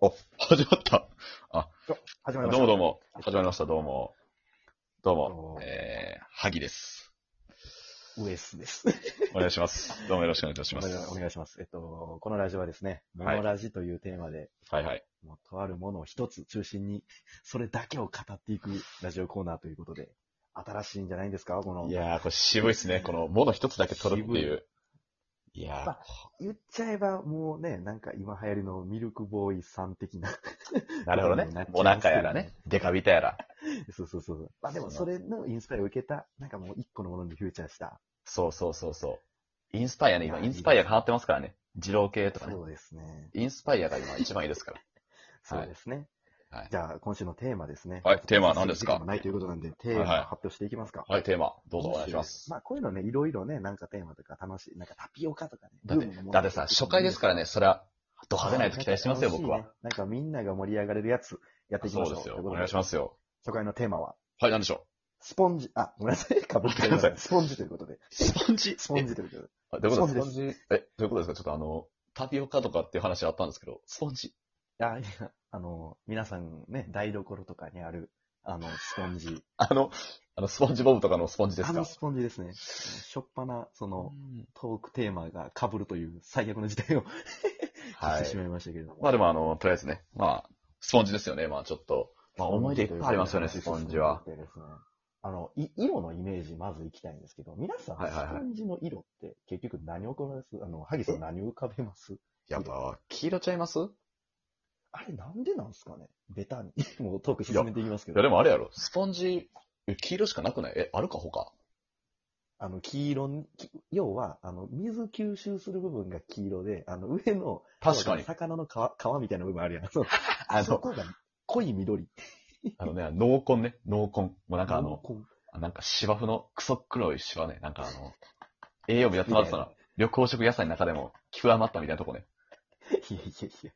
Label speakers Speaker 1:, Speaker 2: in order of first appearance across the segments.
Speaker 1: お、始まった。
Speaker 2: 始
Speaker 1: どう
Speaker 2: まりました。
Speaker 1: もどうも。始まりました。どうも。どう
Speaker 2: どう
Speaker 1: も
Speaker 2: も。
Speaker 1: えー、萩です。
Speaker 2: ウエスです。
Speaker 1: お願いし ます。どうもよろしくお願いいたし
Speaker 2: お
Speaker 1: ます。
Speaker 2: 願い お願いします。えっと、このラジオはですね、モ
Speaker 1: はい
Speaker 2: ノラジというテーマで、
Speaker 1: はいはい。
Speaker 2: もうとあるものを一つ中心に、 それだけを語っていくラジオコーナーということで、新しいんじゃないんですかこの
Speaker 1: い、やー、これ渋いっすね。この、もの一つだけ取るっていう。い
Speaker 2: ま
Speaker 1: や
Speaker 2: あ言っちゃえばもうね、なんか今流行りのミルクボーイさん的な。
Speaker 1: ー、なるほどね
Speaker 2: なっちゃいますけ。ど
Speaker 1: モナカやらね。デカビタやら。
Speaker 2: そうそうそうそう。まあでもそれのインスパイアを受けた、なんかもう一個のものにフューチャーした。
Speaker 1: そうそうそうそう。インスパイアね、今、
Speaker 2: いや
Speaker 1: インスパイアが流行ってますからね。二郎系とかね
Speaker 2: そ。うですね。
Speaker 1: インスパイアが今一番いいですから。
Speaker 2: そうですね。
Speaker 1: はい
Speaker 2: じゃあ今週のテーマですね。
Speaker 1: はいテーマは何ですか
Speaker 2: 時間もないということなんで、テーマ
Speaker 1: はいはい
Speaker 2: 発表していきますか。
Speaker 1: はい、テーマ、どうぞお願いします。
Speaker 2: まあ、こういうのね、いろいろね、なんかテーマとか楽しい。なんかタピオカとかね。
Speaker 1: だって
Speaker 2: ブームのも、の
Speaker 1: だってさ、初回ですからね、、そりゃ、ド派手ないと期待してますよ、
Speaker 2: はい
Speaker 1: 僕は。。
Speaker 2: なんか楽しいねなんかみんなが盛り上がれるやつ、やっていきまし
Speaker 1: そう
Speaker 2: ょう。
Speaker 1: ですよ。
Speaker 2: とうこ
Speaker 1: お
Speaker 2: と
Speaker 1: 願いしますよ。
Speaker 2: 初回のテーマは、
Speaker 1: はい、なんでしょ
Speaker 2: スポンジ、あ、ごめんなさい、かぶってく
Speaker 1: ごめん
Speaker 2: ださ
Speaker 1: なさい
Speaker 2: い。スポンジという ことで。
Speaker 1: う。スポンジ
Speaker 2: スポンジということで。
Speaker 1: えあどういうことです
Speaker 2: スポ
Speaker 1: か
Speaker 2: ン
Speaker 1: ス
Speaker 2: ジ
Speaker 1: ポンジえ、どういうことですかちょっとあの、タピオカとかっていう話あったんですけど、スポンジ。
Speaker 2: あ、いや、あの、皆さんね、台所とかにある、あの、スポンジ。
Speaker 1: あの、あの、スポンジボブとかのスポンジです
Speaker 2: あ
Speaker 1: か
Speaker 2: のスポンジですね。しょっぱな、そうの、
Speaker 1: ん
Speaker 2: トークテーマが被るという最悪の事態を
Speaker 1: は
Speaker 2: してしま
Speaker 1: い。
Speaker 2: いましたけれども。
Speaker 1: まあでもあの、とりあえずね、まあ、スポンジですよね、まあちょっと。まあ思い出いっぱいありますよね、スポンジは。。
Speaker 2: あの、い色のイメージ、まずいきたいんですけど、皆さん、
Speaker 1: はいはいはい
Speaker 2: スポンジの色って結局何を浮かべますあの、萩さん何を浮かべます
Speaker 1: やっぱ、黄色ちゃいますい
Speaker 2: あれなんでなんですかねベタに。 もうトーク進めていきますけど。
Speaker 1: やでもあれやろ、スポンジ、え黄色しかなくないえ、あるか他
Speaker 2: あの、黄色に、き要は、あの、水吸収する部分が黄色で、あの、上の、
Speaker 1: 確かに。
Speaker 2: 魚の皮、皮みたいな部分あるやん。そう
Speaker 1: あ
Speaker 2: そ
Speaker 1: の、
Speaker 2: こが濃い緑。
Speaker 1: あのね、濃紺ね、濃紺。もうなんかあの、
Speaker 2: 濃い
Speaker 1: なんか芝生のクソ黒い芝ね、なんかあの、栄養部やってもらってたら、緑黄色野菜の中でも極まったみたいなとこ ね。
Speaker 2: いやいやいや、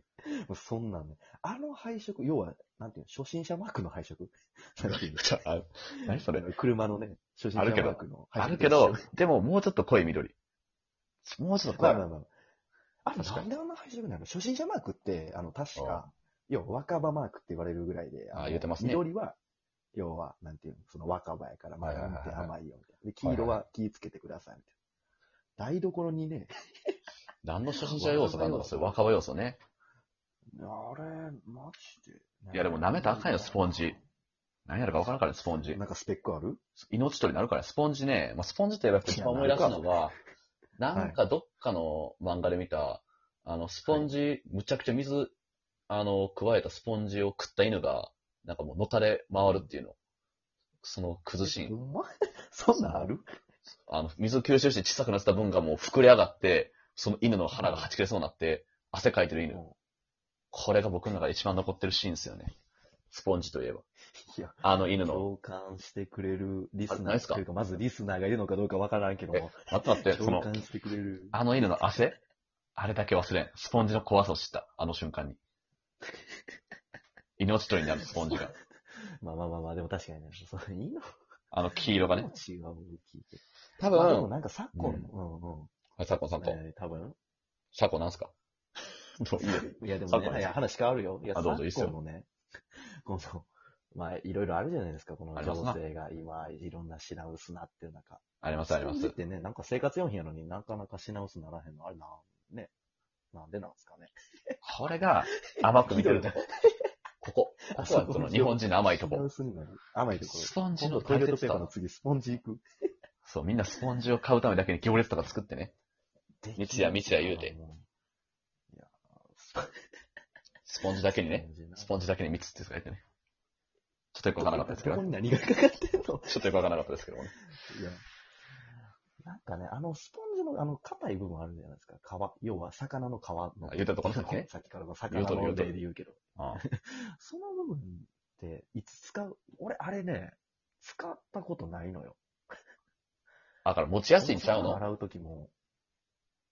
Speaker 2: もうそんなんね。あの配色、要は、なんていうの、初心者マークの配色。なんていうの
Speaker 1: ちょあ何それ
Speaker 2: あの車のね、初心
Speaker 1: あ
Speaker 2: 者
Speaker 1: るけど
Speaker 2: マークの配
Speaker 1: あ
Speaker 2: 色
Speaker 1: るけど、でももうちょっと濃い緑。もうちょっと
Speaker 2: ま
Speaker 1: 濃
Speaker 2: あ
Speaker 1: い
Speaker 2: ま。あまあ。あれ、
Speaker 1: 確か
Speaker 2: な
Speaker 1: に
Speaker 2: んであんな配色なの初心者マークって、あの、確
Speaker 1: あ
Speaker 2: か、要は若葉マークって言われるぐらいで、
Speaker 1: あ
Speaker 2: の
Speaker 1: 言うてますね
Speaker 2: 緑は、要は、なんていうの、その若葉やから、まあ、
Speaker 1: はいはい
Speaker 2: な
Speaker 1: はい
Speaker 2: ん
Speaker 1: はい
Speaker 2: て甘いよ、みたいな。で、黄色は気ぃつけてください、みたいな。台所にね、
Speaker 1: 何の初心者要素なんだろう、それ若葉要素ね。
Speaker 2: あれ、マジで。
Speaker 1: いやでも舐めたらあかんよスポンジ。何やるか分からんから、スポンジ。
Speaker 2: なんかスペックある
Speaker 1: 命取りになるから、スポンジね。まあ、スポンジってやっぱ一番思い出すのが、なんかどっかの漫画で見た、あの、スポンジ、むちゃくちゃ水、あの、加えたスポンジを食った犬が、なんかもうのたれ回るっていうの。その崩し
Speaker 2: えほ
Speaker 1: ン
Speaker 2: んまそんなんある
Speaker 1: あの、水を吸収して小さくなってた分がもう膨れ上がって、その犬の腹がはち切れそうになって、汗かいてる犬。これが僕の中で一番残ってるシーンですよね。スポンジといえば。
Speaker 2: いや、
Speaker 1: あの犬の。
Speaker 2: 共感してくれるリス
Speaker 1: あな
Speaker 2: ナ
Speaker 1: いっ
Speaker 2: ー
Speaker 1: すか
Speaker 2: というか、まずリスナーがいるのかどうかわからんけども、
Speaker 1: あとだって、そ
Speaker 2: 共
Speaker 1: の、
Speaker 2: 感してくれる。
Speaker 1: あの犬の汗あれだけ忘れん。スポンジの怖さを知った。あの瞬間に。 命取りになるスポンジが。
Speaker 2: まあまあまあまあ、でも確かにね、それいいの
Speaker 1: あの黄色がね。
Speaker 2: 違う聞いて。
Speaker 1: 多
Speaker 2: まあでも
Speaker 1: 分、
Speaker 2: なんか昨今の、うんうん。
Speaker 1: はい、サコサコ。
Speaker 2: えー多分。
Speaker 1: サコなんすかもういいよ。
Speaker 2: いやでも
Speaker 1: 昨今
Speaker 2: ね、いや話変わるよ。いや、
Speaker 1: あどうぞいいっすよ
Speaker 2: 昨今のね、 この、まあいろいろあるじゃないですか、この
Speaker 1: あり
Speaker 2: 情
Speaker 1: ますな
Speaker 2: 勢が今、いろんな品薄なっていう中。
Speaker 1: ありますありま
Speaker 2: スポンジ
Speaker 1: す
Speaker 2: っ。てね、なんか生活用品やのになかなか品薄ならへんの、あれな、ね。なんでなんですかね。
Speaker 1: これが甘く見てるとこ。ここ。ここはその日本人の甘いと
Speaker 2: 品
Speaker 1: こ。
Speaker 2: 薄になる甘いところ。
Speaker 1: スポンジ
Speaker 2: 今
Speaker 1: の
Speaker 2: 度トイレ
Speaker 1: 大
Speaker 2: ットペ
Speaker 1: 切
Speaker 2: ーパーの
Speaker 1: さ。
Speaker 2: 次、スポンジ行く。
Speaker 1: そう、みんなスポンジを買うためだけに行列とか作ってね。日夜日夜言うて
Speaker 2: もう。いや、
Speaker 1: スポンジだけにね。
Speaker 2: ジな
Speaker 1: スポンジだけに蜜って書いてね。ちょっとよくわからなかったですけど
Speaker 2: こ
Speaker 1: ね、
Speaker 2: こに何がかかってんの
Speaker 1: ちょっとよくわからなかったですけどもね。
Speaker 2: いや。なんかね、あのスポンジのあの硬い部分あるじゃないですか。皮。要は魚の皮の。
Speaker 1: あ言うたとこねさっきね
Speaker 2: さっきからの魚の例で言うけど。
Speaker 1: ああ
Speaker 2: その部分っていつ使う俺、あれね、使ったことないのよ。
Speaker 1: あ、だから持ちやすいんちゃう
Speaker 2: お茶
Speaker 1: の
Speaker 2: 碗洗うときも。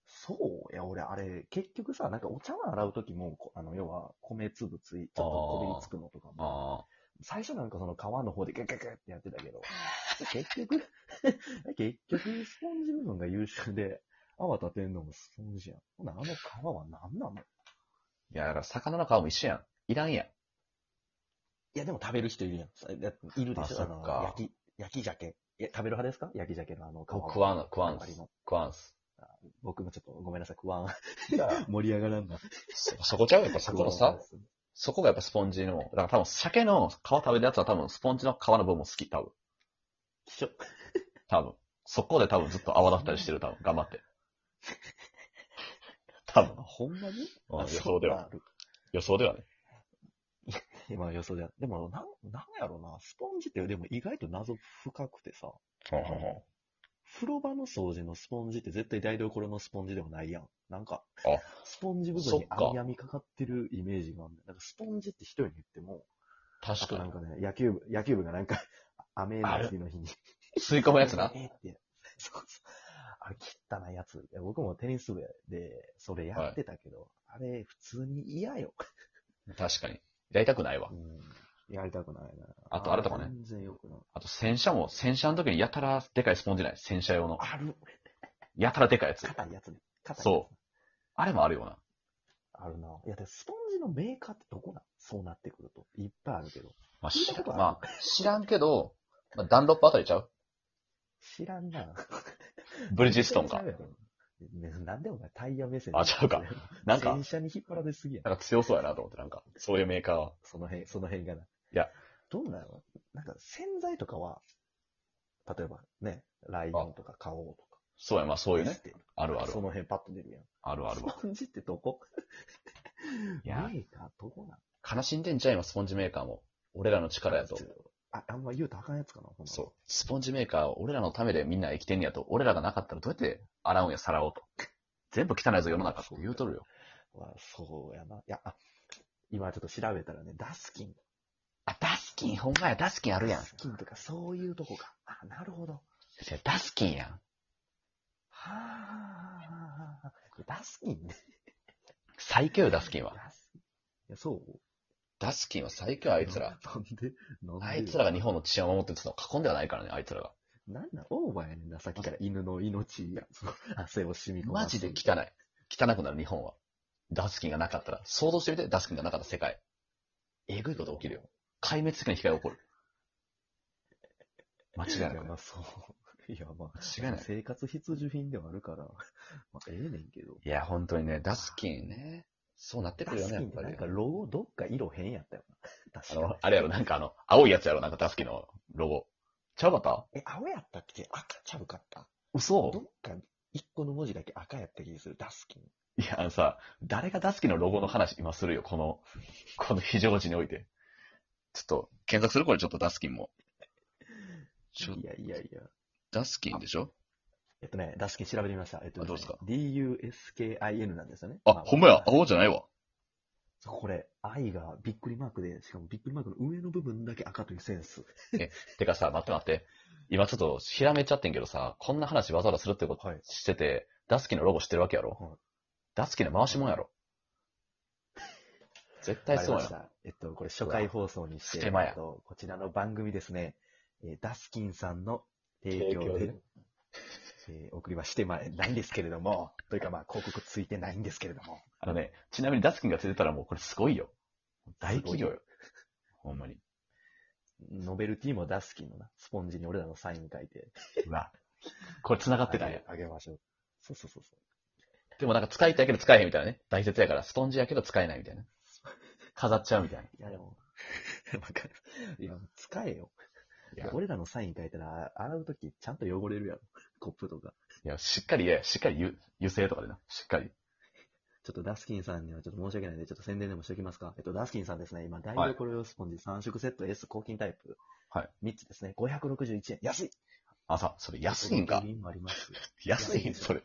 Speaker 2: そういや、俺、あれ、結局さ、なんかお茶碗洗うときも、こあの、要は、米粒つい、ちょっとこびりつくのとかも。
Speaker 1: ああ。
Speaker 2: 最初なんかその皮の方でガガガってやってたけど、結局、 結局スポンジ部分が優秀で、泡立てんのもスポンジやん。ほな、あの皮は何なの
Speaker 1: いや、だから魚の皮も一緒やん。いらんやん。
Speaker 2: いや、でも食べる人いるやん。さいやいるでしょ、
Speaker 1: あそ
Speaker 2: あ
Speaker 1: っ
Speaker 2: の
Speaker 1: か、
Speaker 2: 焼き、焼き鮭。え、食べる派ですか焼き鮭のあの皮
Speaker 1: 食わん、食わん
Speaker 2: あんまり
Speaker 1: す
Speaker 2: の。
Speaker 1: 食わんす。
Speaker 2: 僕もちょっとごめんなさい、食わん。
Speaker 1: いや
Speaker 2: 盛り上がらんな。
Speaker 1: そそこちゃうやっぱそこのさ、そこがやっぱスポンジの、だから多分鮭の皮食べるやつは多分スポンジの皮の部分も好き、多分。
Speaker 2: 気象。
Speaker 1: 多分。そこで多分ずっと泡立ったりしてる、多分。頑張 って。多分。
Speaker 2: ほんまに
Speaker 1: うん
Speaker 2: あ
Speaker 1: 予想で。は。
Speaker 2: そんな
Speaker 1: 予想ではね。
Speaker 2: あるまあ予想では。でも、なん、なんやろな。スポンジって、でも意外と謎深くてさ。風呂場の掃除のスポンジって絶対台所のスポンジでもないやん。なんか、
Speaker 1: あ
Speaker 2: スポンジ部分
Speaker 1: そっ
Speaker 2: に
Speaker 1: か
Speaker 2: 網網かかってるイメージがあるんだよ。なんかスポンジって一人に言っても、あ
Speaker 1: 確
Speaker 2: と
Speaker 1: か
Speaker 2: なん
Speaker 1: に。
Speaker 2: かね、野球部、野球部がなんか、 雨の日の日に。
Speaker 1: 吸い込むやつな。
Speaker 2: えーって。そうそう。あれ、汚いやつ。いや僕もテニス部で、それやってたけど、あれ、普通に嫌よ。
Speaker 1: 確かに。やりたくないわ
Speaker 2: う。ん。やりたくないな。
Speaker 1: あとあれとかね
Speaker 2: 全然よくない。
Speaker 1: あと洗車も、洗車の時にやたらでかいスポンジない。洗車用の。
Speaker 2: ある。
Speaker 1: やたらでかいやつ。
Speaker 2: 硬いやつね。硬いやつ
Speaker 1: そあれもあるよな。
Speaker 2: あるな。いや、でスポンジのメーカーってどこなんそうなってくると。いっぱいあるけど。
Speaker 1: まあ、
Speaker 2: 聞い
Speaker 1: 知
Speaker 2: た
Speaker 1: ら
Speaker 2: ことあ
Speaker 1: ん、
Speaker 2: る
Speaker 1: まあ、知らんけど、まあ、ダンロップあたりちゃう
Speaker 2: 知らんな。
Speaker 1: ブリヂストンか。。
Speaker 2: ね、なんでお前タイヤ目線
Speaker 1: あちゃうか。なんか
Speaker 2: 電、車に引っ張られすぎやん。
Speaker 1: なんか強そうやなと思って、なんか、そういうメーカーは。
Speaker 2: その辺、その辺がな。い
Speaker 1: や。
Speaker 2: どうなのなんか洗剤とかは、例えばね、ライオンとか買おうとか。
Speaker 1: そうや、まあそういう
Speaker 2: エ
Speaker 1: ね
Speaker 2: ス。テ
Speaker 1: あるある
Speaker 2: そ。の辺パッと出るやん。
Speaker 1: あるあるわ。
Speaker 2: スポンジってどこ
Speaker 1: いや
Speaker 2: メーカーどこなん
Speaker 1: 悲しんでんじゃん、今、スポンジメーカーも。俺らの力やと。
Speaker 2: あ、あんま言うとあかんやつかな。ほんなら
Speaker 1: そう。スポンジメーカー、俺らのためでみんな生きてんねやと。俺らがなかったらどうやって洗うんや、皿をと。 全部汚いぞ、世の中って言うとるよ。
Speaker 2: わそうやな。いや、あ今ちょっと調べたらね、ダスキン。
Speaker 1: あ、ダスキン、ほんまや、ダスキンあるやん
Speaker 2: ダ。スキンとかそういうとこか。あ、なるほど。
Speaker 1: いやダスキンやん。
Speaker 2: はあはあはあはあ。ダスキンね。
Speaker 1: 最強よ、ダスキンは。
Speaker 2: ダスキン。いや、そう
Speaker 1: ダスキンは最強、あいつら。。
Speaker 2: なんで、なんで
Speaker 1: あいつらが日本の治安を守ってるってのは過言ではないからね、あいつらが。
Speaker 2: なんなんオーバーやねんな、さっきから犬の命や、その汗を染み込
Speaker 1: マ
Speaker 2: ませ
Speaker 1: ジ
Speaker 2: て
Speaker 1: で汚い。汚くなる、日本は。ダスキンがなかったら。想像してみて、ダスキンがなかった世界。えぐいこと起きるよ。壊滅的な被害が起こる。間違い
Speaker 2: い
Speaker 1: な
Speaker 2: や
Speaker 1: く。
Speaker 2: まあそう。いや、まあ、
Speaker 1: 間違いない。
Speaker 2: 生活必需品ではあるから、まあ、ええねんけど。
Speaker 1: いや、本当にね、ダスキンね。そうなってく
Speaker 2: ダ
Speaker 1: るよ
Speaker 2: ス
Speaker 1: ね、や
Speaker 2: キ
Speaker 1: っ
Speaker 2: ンって
Speaker 1: ぱ
Speaker 2: な
Speaker 1: り
Speaker 2: ん。かロゴどっか色変やったよ
Speaker 1: あ
Speaker 2: な。確か
Speaker 1: の、あれやろ、なんかあの、青いやつやろ、なんかダスキンのロゴ。ちゃうかった
Speaker 2: に。え、青やったっけ赤ちゃうかったどっ
Speaker 1: 嘘
Speaker 2: か一個の文字だけ赤やった気がする。ダスキン。
Speaker 1: いや、あのさ、誰がダスキンのロゴの話今するよ、この、この非常時において。ちょっと、検索するこれちょっとダスキンも。ちょ
Speaker 2: いやいやいや。
Speaker 1: ダスキンでしょ
Speaker 2: えっとね、ダスキン調べてみました。えっと、
Speaker 1: あどうですか
Speaker 2: ?DUSKIN なんですよね。
Speaker 1: あ、
Speaker 2: ま
Speaker 1: ほんまや、
Speaker 2: あ
Speaker 1: 青じゃないわ。
Speaker 2: そうこれ、愛がびっくりマークで、しかもびっくりマークの上の部分だけ赤というセンス。
Speaker 1: てかさ、待って待って。今ちょっと、ひらめいちゃってんけどさ、こんな話わざわざするってこと
Speaker 2: はい
Speaker 1: してて、ダスキンのロゴ知ってるわけやろ、
Speaker 2: はい
Speaker 1: ダスキンの回しもん やろ絶対そう
Speaker 2: わ
Speaker 1: や
Speaker 2: かり
Speaker 1: ん。
Speaker 2: ましたえっと、これ初回放送にし
Speaker 1: ス
Speaker 2: て、
Speaker 1: テマや
Speaker 2: えっと、こちらの番組ですね、えーダスキンさんの提供
Speaker 1: 提供
Speaker 2: で
Speaker 1: で、
Speaker 2: えー、送りはしてまえないんですけれども、というかまあ広告ついてないんですけれども、
Speaker 1: あのね、ちなみにダスキンがついてたらもうこれすごいよ。大企業よ。ほんまに。
Speaker 2: ノベルティもダスキンのな、スポンジに俺らのサイン書いて、
Speaker 1: うわ。これ繋がってたんや。
Speaker 2: あげましょう。そうそうそうそう。
Speaker 1: でもなんか使いたいけど使えへんみたいなね。大切やから、スポンジやけど使えないみたいな。飾っちゃうみたいな。
Speaker 2: いやでも、 わかる。いや、使えよ。
Speaker 1: いや、
Speaker 2: 俺らのサイン書いたら、洗うときちゃんと汚れるやろ。コップとか。
Speaker 1: いやしっかり言え、しっかりゆ油性とかでな。しっかり。
Speaker 2: ちょっとダスキンさんにはちょっと申し訳ないんで、ちょっと宣伝でもしておきますか。えっと、ダスキンさんですね、今、台所用スポンジ3色セット S 抗菌タイプ。
Speaker 1: はい。
Speaker 2: 3つですね、561円。安い
Speaker 1: あ、さ、それ安いんか
Speaker 2: ボ。リュームもあります。
Speaker 1: 安いんそれ。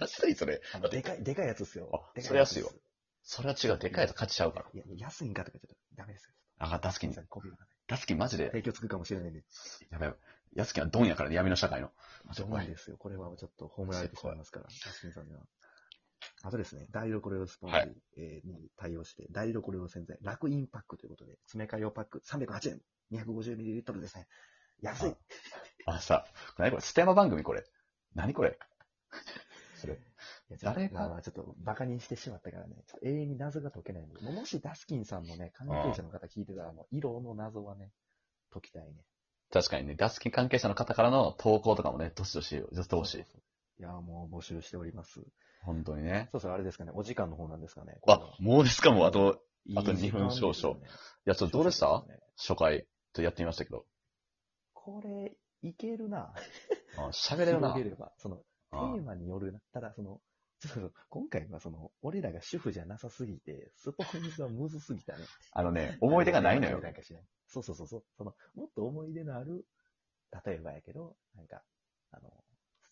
Speaker 1: 安いそれ。
Speaker 2: あ
Speaker 1: だ
Speaker 2: の
Speaker 1: って
Speaker 2: でかい、でかいやつですよ。
Speaker 1: あ
Speaker 2: でかい
Speaker 1: それ安い
Speaker 2: や
Speaker 1: わ
Speaker 2: つです。
Speaker 1: それは違う。でかいやつ勝ちちゃうから。
Speaker 2: いや、安いんかとかちょっとダメですよ。
Speaker 1: あ、ダスキン
Speaker 2: さ、ん、コピーがない
Speaker 1: ダスキンマジで、
Speaker 2: 提供つくかもしれないんで、
Speaker 1: やばい。ダスキンはドンやからね、闇の社会の。マジ
Speaker 2: 冗
Speaker 1: お前
Speaker 2: 談ですよ。これはちょっと葬られてしまいますから、ダスキンさんには。あとですね、台所用スポンジ、
Speaker 1: はい
Speaker 2: えーに対応して、台所用洗剤、楽インパックということで、詰め替え用パック308円、250ml ですね。安い
Speaker 1: あ、さ、何これ、ステマ番組これ。何これ。それ。
Speaker 2: いやちょっと
Speaker 1: 誰が
Speaker 2: まあまあちょっと、バカにしてしまったからね、ちょっと永遠に謎が解けないんで、もうもしダスキンさんのね、関係者の方聞いてたら、あの、色の謎はね、解きたいね。
Speaker 1: 確かにね、ダスキン関係者の方からの投稿とかもね、どしどし、どしど
Speaker 2: そう
Speaker 1: し、
Speaker 2: そうそういや、もう募集しております。
Speaker 1: 本当にね。
Speaker 2: そうそう、あれですかね、お時間の方なんですかね。
Speaker 1: あ、もうですかもう、あと、
Speaker 2: いい
Speaker 1: あと2分
Speaker 2: 時間ですよね。
Speaker 1: いや、ちょっとどうでし
Speaker 2: そ
Speaker 1: た
Speaker 2: すね
Speaker 1: 初回、とやってみましたけど。
Speaker 2: これ、いけるな。
Speaker 1: あ喋れるな
Speaker 2: 広。げれば。その、テ
Speaker 1: あ
Speaker 2: ーマによるな。ただ、その、そうそう今回はその、俺らが主婦じゃなさすぎて、スポンジはむずすぎたね。
Speaker 1: あのね、思い出がないのよ
Speaker 2: 思出。なんかしないそうそうそうそう。その、もっと思い出のある、例えばやけど、なんか、あの、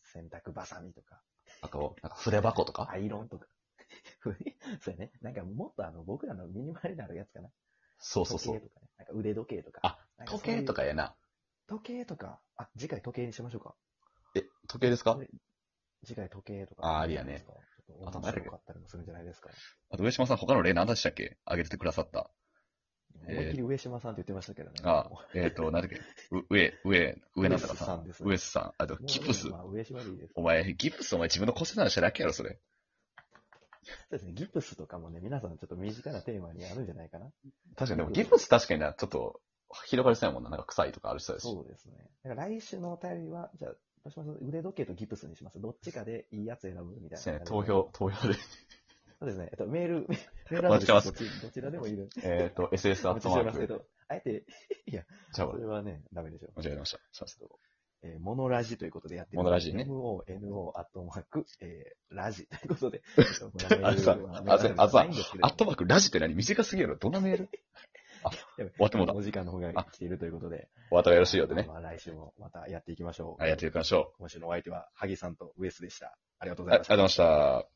Speaker 2: 洗濯バサミとか、
Speaker 1: あと、なんか筆箱とか
Speaker 2: ア。イロンとか。 そうやね。なんかもっとあの、僕らのミニマルなるやつかな。
Speaker 1: そうそうそう
Speaker 2: 時計。とかね。なんか腕時計とか。
Speaker 1: あ
Speaker 2: なんそう
Speaker 1: 時
Speaker 2: いう、
Speaker 1: 計とかやな。
Speaker 2: 時計とか。あ、次回時計にしましょうか。
Speaker 1: え、時計ですか
Speaker 2: これ次回時計とか。
Speaker 1: あありやね
Speaker 2: ちょっと面白かったりもするんじゃないですか。
Speaker 1: あと、上島さん、他の例何でしたっけ挙げてくださった。
Speaker 2: 思いっきり上島さんって言ってましたけどね。
Speaker 1: あ
Speaker 2: も、
Speaker 1: えっ、と、なんだっけ、う上、上、上なんとかさ
Speaker 2: ウエスさんです
Speaker 1: ん。ウエスさん。あと、
Speaker 2: う
Speaker 1: ギプス。
Speaker 2: まあ、上島でいいです。
Speaker 1: お前、ギプス、お前自分の骨折なのしただけやろ、それ。
Speaker 2: そうですね。ギプスとかもね、皆さんちょっと身近なテーマにあるんじゃないかな。
Speaker 1: 確かに、でもギプス確かにな、ちょっと、広がりそうやもんな。なんか臭いとかある人だし。
Speaker 2: そうですね。だから来週のお便りは、じゃあ、どうします腕時計とギプスにします。どっちかでいいやつ選ぶみたい
Speaker 1: そう
Speaker 2: な
Speaker 1: や
Speaker 2: 感
Speaker 1: ね、
Speaker 2: じで。
Speaker 1: 投票、投票で。
Speaker 2: そうですね。えっと、メ ール、メールアドレス
Speaker 1: お
Speaker 2: ど
Speaker 1: 待
Speaker 2: っ
Speaker 1: ち
Speaker 2: ち
Speaker 1: し
Speaker 2: どちらでもい いです。
Speaker 1: えっと、SS
Speaker 2: お
Speaker 1: ア
Speaker 2: 待
Speaker 1: ット
Speaker 2: ちして
Speaker 1: マ
Speaker 2: ま
Speaker 1: ー
Speaker 2: すけど
Speaker 1: ク。、
Speaker 2: あえて、いや、
Speaker 1: じゃあ
Speaker 2: そ、れはね、ダメでしょう。
Speaker 1: 間違えました。すいません
Speaker 2: えーモノラジということでやって
Speaker 1: モノラジね
Speaker 2: MONO アットマーク、えーラジとい うことで。えっと
Speaker 1: あのさあそうあそう
Speaker 2: ないんですけれど
Speaker 1: アットマーク、ラジって何短すぎやろどんなメール あ、終わってもうた。
Speaker 2: お時間の方が
Speaker 1: あ
Speaker 2: 来ているということで。
Speaker 1: お後がよろしいようでね。
Speaker 2: まあ来週もまたやっていきましょう。
Speaker 1: はい、やっていきましょ
Speaker 2: 今週のお相手は、萩さんとウエスでした。ありがとう
Speaker 1: う。
Speaker 2: ご
Speaker 1: はい
Speaker 2: ざい
Speaker 1: あり
Speaker 2: ま
Speaker 1: が
Speaker 2: し
Speaker 1: と
Speaker 2: た
Speaker 1: うござい。ました。